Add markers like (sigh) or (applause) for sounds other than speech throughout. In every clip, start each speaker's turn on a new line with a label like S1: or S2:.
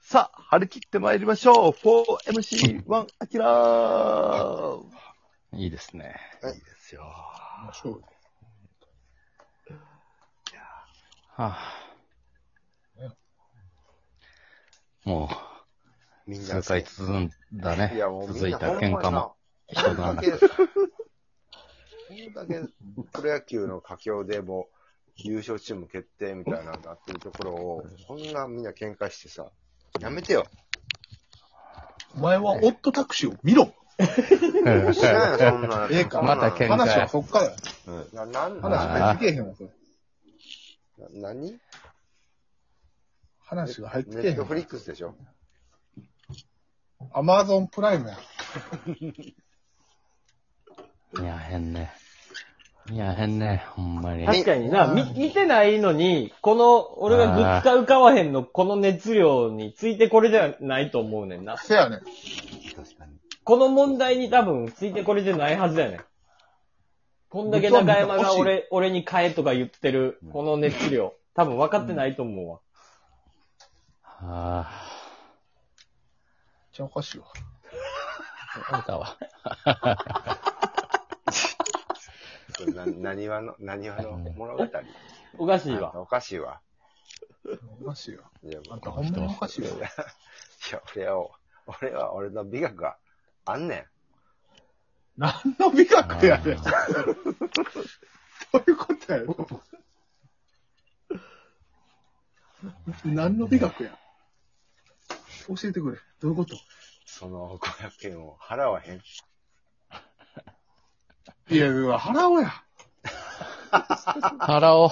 S1: さあ、張り切って参りましょう !4MC1 アキラー
S2: いいですね。
S1: いいですよ。
S3: そう
S2: はあ、も
S3: み
S2: う、
S3: んな
S2: 数回続んだね
S1: いやもう。みんな
S2: 続いた喧嘩も。
S3: これだけ、これだけプロ野球の佳境でも優勝チーム決定みたいなのになってるところを、こんなみんな喧嘩してさ、やめてよ。
S4: お前はオットタクシーを見ろ
S3: しないよ、そんな。
S4: ええか
S3: そんな
S2: また喧嘩
S4: 話はそっからや。
S3: うんな、なん、
S4: 話
S3: な、
S4: が入ってけえへんわ、それ。
S3: 何
S4: 話が入って
S3: ネ
S4: けえへ
S3: ット
S4: ん
S3: フ
S4: わ。
S3: リックスでしょ
S4: アマゾンプライムや。
S2: いや、変ね。いや、変ね。ほんまに。
S5: 確かにな、み、見てないのに、この、俺がグッズ買う買わへんの、この熱量についてこれじゃないと思うねんな。
S4: せやねん。
S5: この問題に多分ついてこれじゃないはずやねん。こんだけ中山が俺、俺に買えとか言ってる、この熱量。多分分かってないと思うわ。
S2: あ
S4: ちゃおかしいわ。
S2: あ、あれだわ。
S3: それな、何話の、何話の物語
S5: おかしい
S3: あん
S5: わ。
S3: たおかしいわ。
S4: おかしいわ。
S3: いや、
S4: あん
S3: もう
S4: たほんまにおかしいわ。
S3: いや俺は、俺は俺の美学があんねん。
S4: 何の美
S2: あ
S4: 学やねん。ど
S2: ー
S4: ういうことやねん。何の美学や。教えてくれ。どういうこと
S3: その500円を払わへん。
S4: いや、いや払おうや。
S2: 払おう。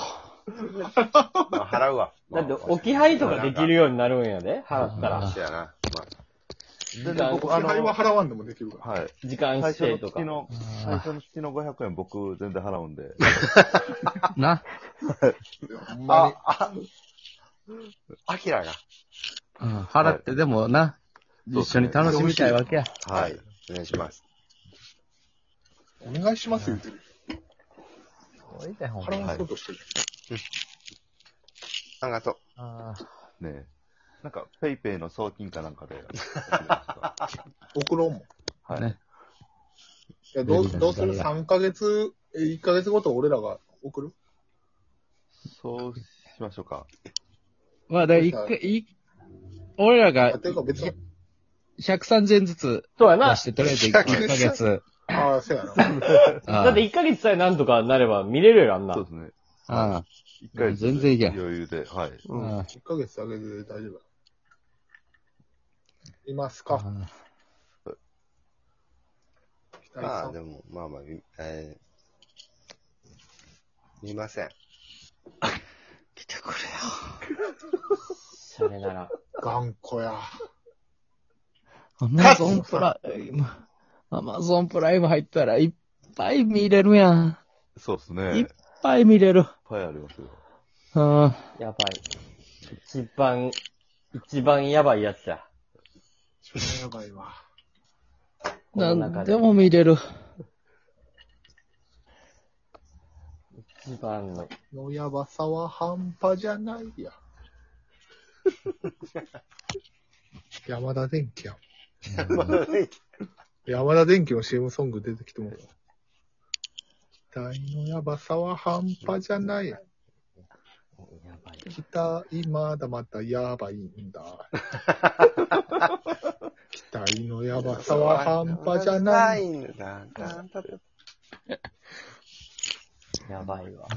S3: まあ、払うわ。
S5: だって、置き配とかできる
S3: よ。
S5: ようになるんやで、払った
S3: まあ
S5: ら。
S3: そうやな。まあ、
S1: 全
S5: じゃ
S1: 然
S5: あ
S1: 僕、あ
S4: 支配は
S1: の、
S4: 払わんでもできるから。
S1: はい。
S5: 時間
S1: 最
S5: 指
S1: 初
S5: 定
S1: の
S5: とか
S1: 月。の、最初の月の500円僕全然払うんで。
S2: な。
S4: ほんま
S3: あ、あ、アキラが。
S2: うん払って、でもな。
S1: そう
S2: 一緒に楽しみたいわけや。
S3: はい。お願いします。
S4: に。お願いしますよ、言うてる。
S2: おいで、ほん
S4: 払わんことしてる。
S3: ありがとう。
S2: ま。
S1: ねえ。なんか、ペイペイの送金かなんか
S2: (laughs)
S1: で。
S4: 送ろうもん。
S1: はい。
S2: ね
S4: いや、どう
S2: 全然
S4: どうする
S2: 全然
S4: ?3 ヶ月、え1ヶ月ごと俺らが送る
S1: そうしましょうか。
S2: まあ、で、一回、い俺ら
S4: あ、
S2: が
S4: てか別に、
S2: 130円ずつ
S5: そうやな
S2: 出し。て、とりあえず1ヶ月。
S4: ああ、せ
S3: (laughs)
S4: やな。
S5: だって1ヶ月さえなんとかなれば見れるよ、あんな
S1: そう。ですね。
S2: ああ
S1: 一回
S2: 全然いけん
S1: 余裕で、はい。
S2: ああ
S4: 1ヶ月だけで大丈夫。います
S2: あ
S4: か
S2: あ
S4: 北井
S3: ま
S4: さ
S3: あ、
S4: ん。
S3: でも、まあまあ、みえー、見ません。
S2: 来てくれよ。
S5: シャレなら。
S4: 頑固や。
S2: アマゾンプライム、アマゾンプライム入ったらいっぱい見れるやん。
S1: そうです
S2: い
S1: ね。い
S2: っ
S1: っ
S2: ぱい見れる。
S1: ぱいありますよ。
S2: うん。
S5: やばい。一番、一番やばいやつだ。
S4: それやばいわ。 (laughs)
S5: この中
S2: なんでも見れる。
S5: 一番の。
S4: のやばさは半端じゃな
S3: (laughs)
S4: いや。山田電機や。山田電機の CM ソング出てきてもらう。大のやばさは半端じゃない。
S5: やばい。
S4: 北井まだまだやばいんだ。北井のやばさは半端じゃない。
S3: んだ。なんだ
S5: やばいわ。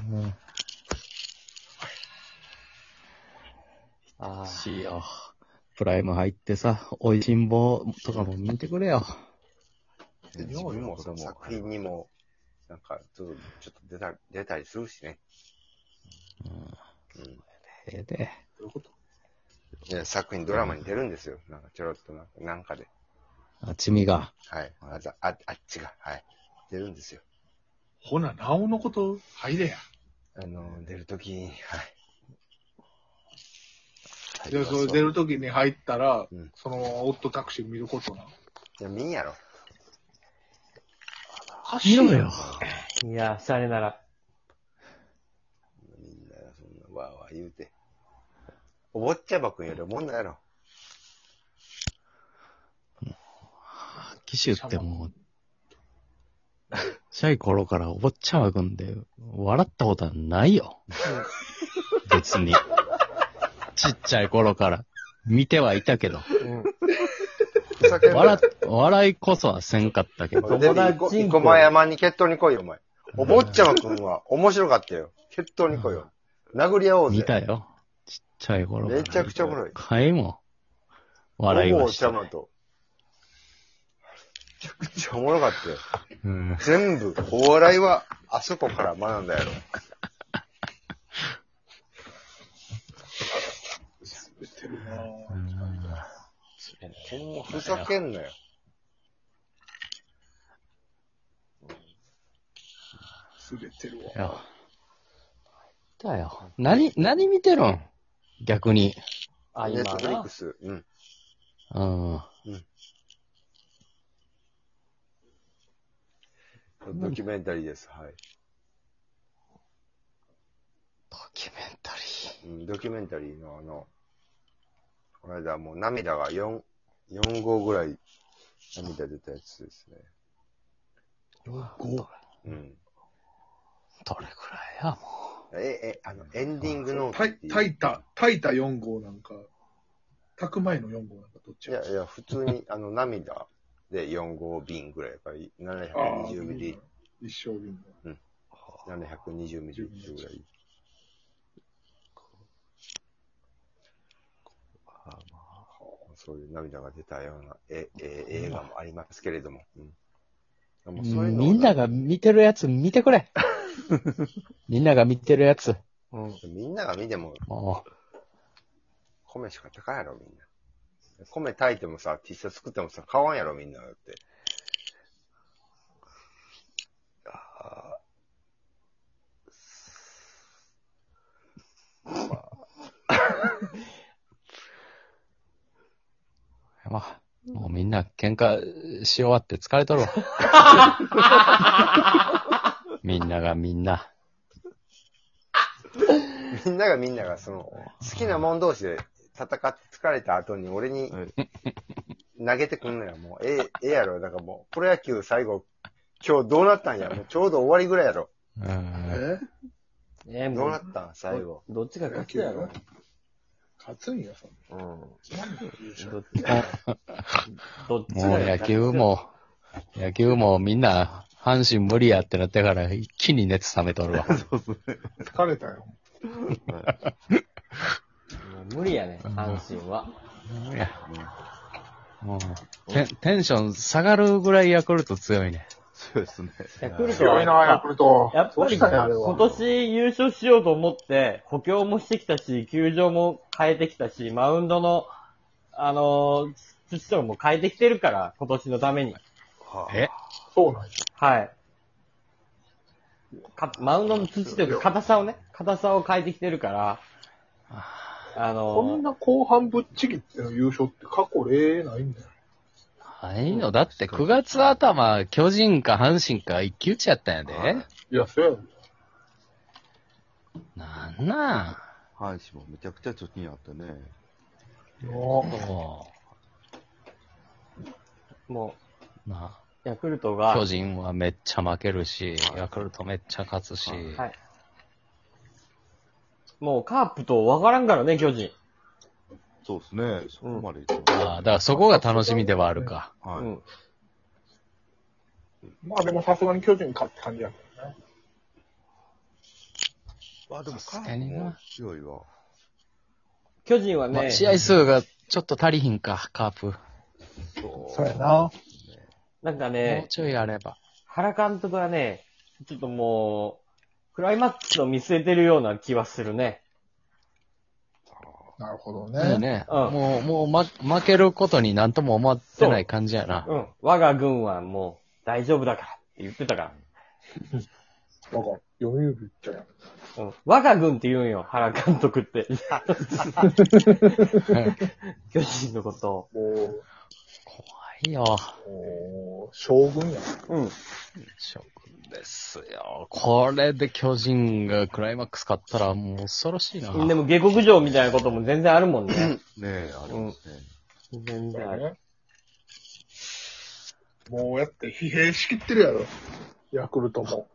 S5: ああ。
S2: しよう。プライム入ってさ、おいしんぼとかも見てくれよ。
S3: 自分もその作品にも、なんか、ちょっと、ちょっと出た、出たりするしね。うん。
S2: ええで。
S3: いや、作品、ドラマに出るんですよ。なんか、ちょろっとな、なんかで。
S2: あ、ちみが。
S3: はい。あざああっちが、はい。出るんですよ。
S4: ほな、なおのこと入れや。
S3: あの、出るときに、はい。
S4: で、それ出
S3: い
S4: るときに入ったら、
S3: うん
S4: そのままオットタクシー見ることな。
S3: や、見んやろ。
S2: 見ろよ。
S5: いや、シャレなら。
S3: みんな、そんな、わーわー言うて。お坊ちゃまくんよりおもんないやろ。
S2: 騎手ってもう、シャイ頃からお坊ちゃまくんで、笑ったことはないよ。別に。ちっちゃい頃から。見てはいたけど。
S3: ふざけんな
S2: 笑、笑いこそはせんかったけど。
S3: 友達んこ。駒山に決闘に来いよ、お前。お坊ちゃまくんは面白かったよ。決闘に来いよ。殴り合おうぜ。
S2: 見たよ。ちっちゃい頃から。
S3: めちゃくちゃおもろい。
S2: かいも。笑い
S3: お
S2: は
S3: 坊
S2: し
S3: ちゃ
S2: た。
S3: まと。めちゃくちゃおもろかったよ。
S2: うん。
S3: 全部、お笑いは、あそこから学んだやろ。ほんま、ふざけんなよ。
S4: 滑ってるわ。
S2: いや。だよ。何、何見てるん逆に。
S5: あ、
S3: ネ
S5: 今
S3: ットフリッ
S5: な
S3: ク。ス。うん。
S2: うん。
S3: ドキュメンタリーです。はい。
S2: ドキュメンタリー。
S3: うんドキュメンタリーのあの、この間もう涙が4、4号ぐらい涙出たやつですね。うん。
S2: どれくらいや、も。
S3: え、え、あの、エンディングノート
S4: タ
S3: っ
S4: イ
S3: ていう。
S4: タイタ、タイタ4号なんか、タクマイの4号なんかどっち
S3: いやいや、普通に、あの、涙で4号瓶ぐらい、やっぱり
S4: ああ、
S3: 720ミリ、
S4: 一生瓶の。
S3: 720ミリぐらい。そういう涙が出たようなええ映画もありますけれども。うん、もうそうういうのを
S2: みんなが見てるやつ見てく
S3: (laughs)
S2: れ。みんなが見てるやつ。
S5: うん。
S3: みんなが見ても、
S2: も
S3: 米しか高いやろ、みんな。米炊いてもさ、T シャツ作ってもさ、買わんやろ、みんなだって。
S2: う、まあ、もうみんな喧嘩し終わって疲れとる
S3: (laughs)
S2: わ。みんながみんな。
S3: みんながみんなが、その、好きなもん同士で戦って疲れた後に俺に
S1: はい
S3: 投げてくんのよ。もう、ええ、ええやろ。だからもう、プロ野球最後、今日どうなったんや。もうちょうど終わりぐらいやろ。
S2: うん。
S4: え
S5: えー、
S3: ど
S5: も
S3: うな
S5: う、
S3: ったん最後。
S5: どっちが勝つやろ。
S4: 勝つんや、そん
S3: うん。
S5: どっちが、どっち
S2: も
S5: が
S2: う野
S5: 勝つ
S2: 球も、野球もみんな、阪神無理やってなってから一気に熱冷めとるわ。
S4: な疲れたよ。
S5: もう無理やね、阪神は。
S2: いやもうテン、テンション下がるぐらいヤクルト強いね。
S1: そうですね。
S5: ヤクルト
S4: 強
S5: は、
S4: いな、ヤ
S5: や
S4: クルト。
S5: っぱり
S4: どうしたんやあれは
S5: 今年優勝しようと思って、補強もしてきたし、球場も変えてきたし、マウンドの、あのー土とかも変えてきてるから、今年のために。
S3: は
S2: え
S4: そうなんや。
S5: はい。かマウンドの土というか、硬さをね、硬さを変えてきてるから、あ
S4: こ
S5: の
S4: ん
S5: ー
S4: な後半ぶっちぎっての優勝って過去例ないんだよ。
S2: ないの、だって9月頭、巨人か阪神か一騎打ちやったんやで。
S4: いや、そうやろ。
S2: なんな
S1: 阪神もめちゃくちゃ貯金あったね。
S2: ん。
S4: な
S2: も
S5: も
S2: う、な
S5: う、ヤクルト
S2: あ
S5: が、
S2: 巨人はめっちゃ負けるし、ヤクルトめっちゃ勝つし。
S5: はい。もうカープと分からんからね、巨人。
S1: そうですね。そこまで行って
S2: ああ、だからそこが楽しみではあるか。
S1: ま
S5: う
S1: す。はい。
S5: ん。
S4: あまあでもさすがに巨人勝って感じやけどね。
S1: あ、でも
S2: さすがにな
S1: も強いわ。
S5: 巨人は
S2: ま
S5: ね
S2: あ、、試合数がちょっと足りひんか、カープ。
S1: そう。
S4: そうやな。
S5: なんか
S2: もう
S5: ね、
S2: ちょいあれば。
S5: 原監督はね、ちょっともう、クライマックスを見据えてるような気はするね。
S4: なるほど
S2: いい
S4: ね。
S2: ね。
S5: うん
S2: もう、もう、ま、負けることになんとも思ってない感じやな。
S5: うん。我が軍はもう大丈夫だからって言ってたか
S4: だから、読売っちゃやん。
S5: ら。うん。我が軍って言うんよ、原監督って。巨人のことを。
S4: も
S2: 怖いよ。
S4: う、もう、将軍やん。
S5: うん。
S2: 諸君ですよ。これで巨人がクライマックス勝ったらもう恐ろしいな。
S5: でも下克上みたいなことも全然あるもんね。
S1: ねえ、ありますね。
S5: 全然ある。
S4: ね。もうやって疲弊しきってるやろ。ヤクルトも。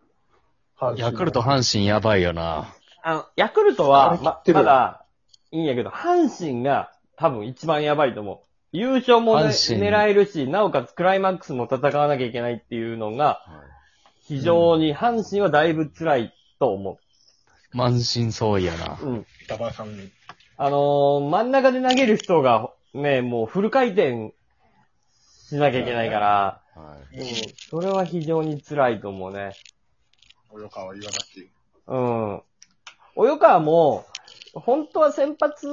S4: 阪神も
S2: ヤクルト、阪神やばいよな。
S5: あの、ヤクルトは、
S4: 張り切
S5: ま
S4: っ、てる
S5: まだ、いいんやけど、阪神が多分一番やばいと思う。優勝もね、
S2: 阪神
S5: 狙えるし、なおかつクライマックスも戦わなきゃいけないっていうのが、非常に阪神はだいぶ辛いと思
S2: 満身創痍やな。
S5: う。うん。
S4: 板場さんに。
S5: あのー真ん中で投げる人が、ね、もうフル回転しなきゃいけないから、
S3: はい。
S5: うん、それは非常に辛いと思うね。
S4: 及川岩崎。
S5: うん。及川も、本当は先発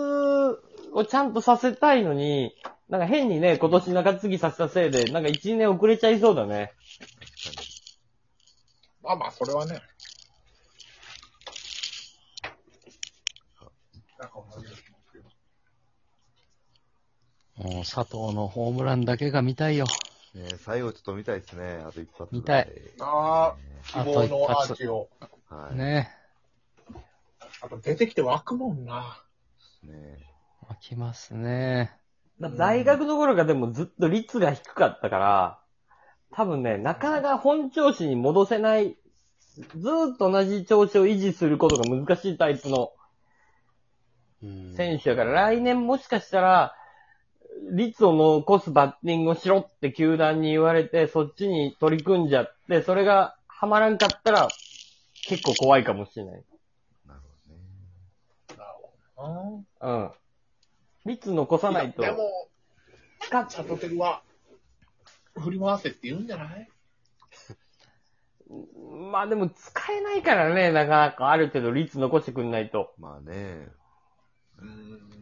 S5: をちゃんとさせたいのに、なんか変にね、今年中継ぎさせたせいで、なんか1、2年遅れちゃいそうだね。
S4: まあまあ、それはね。なんか同じですけど
S2: もう佐藤のホームランだけが見たいよ。
S1: ねえ最後ちょっと見たいですね。あと一発。
S2: 見たい。
S4: ああ、
S2: あと
S4: 希望
S2: 一
S4: のア
S2: 発
S4: ーチを。
S1: はい。ね
S2: ね
S4: あと出てきて湧くもんな。
S1: え
S2: え。きますね。
S5: 大学の頃がでもずっと率が低かったから、多分ね、なかなか本調子に戻せない、ずーっと同じ調子を維持することが難しいタイプの
S3: うん
S5: 選手だから、来年もしかしたら、率を残すバッティングをしろって球団に言われて、そっちに取り組んじゃって、それがはまらんかったら、結構怖いかもしれない。
S1: なるほどね。
S4: うん。
S5: うん。率残さないと
S4: で、も、
S5: 使っ
S4: チャトテルは、振り回せって言うんじゃない
S5: まあでも使えないからね、なかなかある程度率残してくんないと。
S1: まあね。
S4: うん。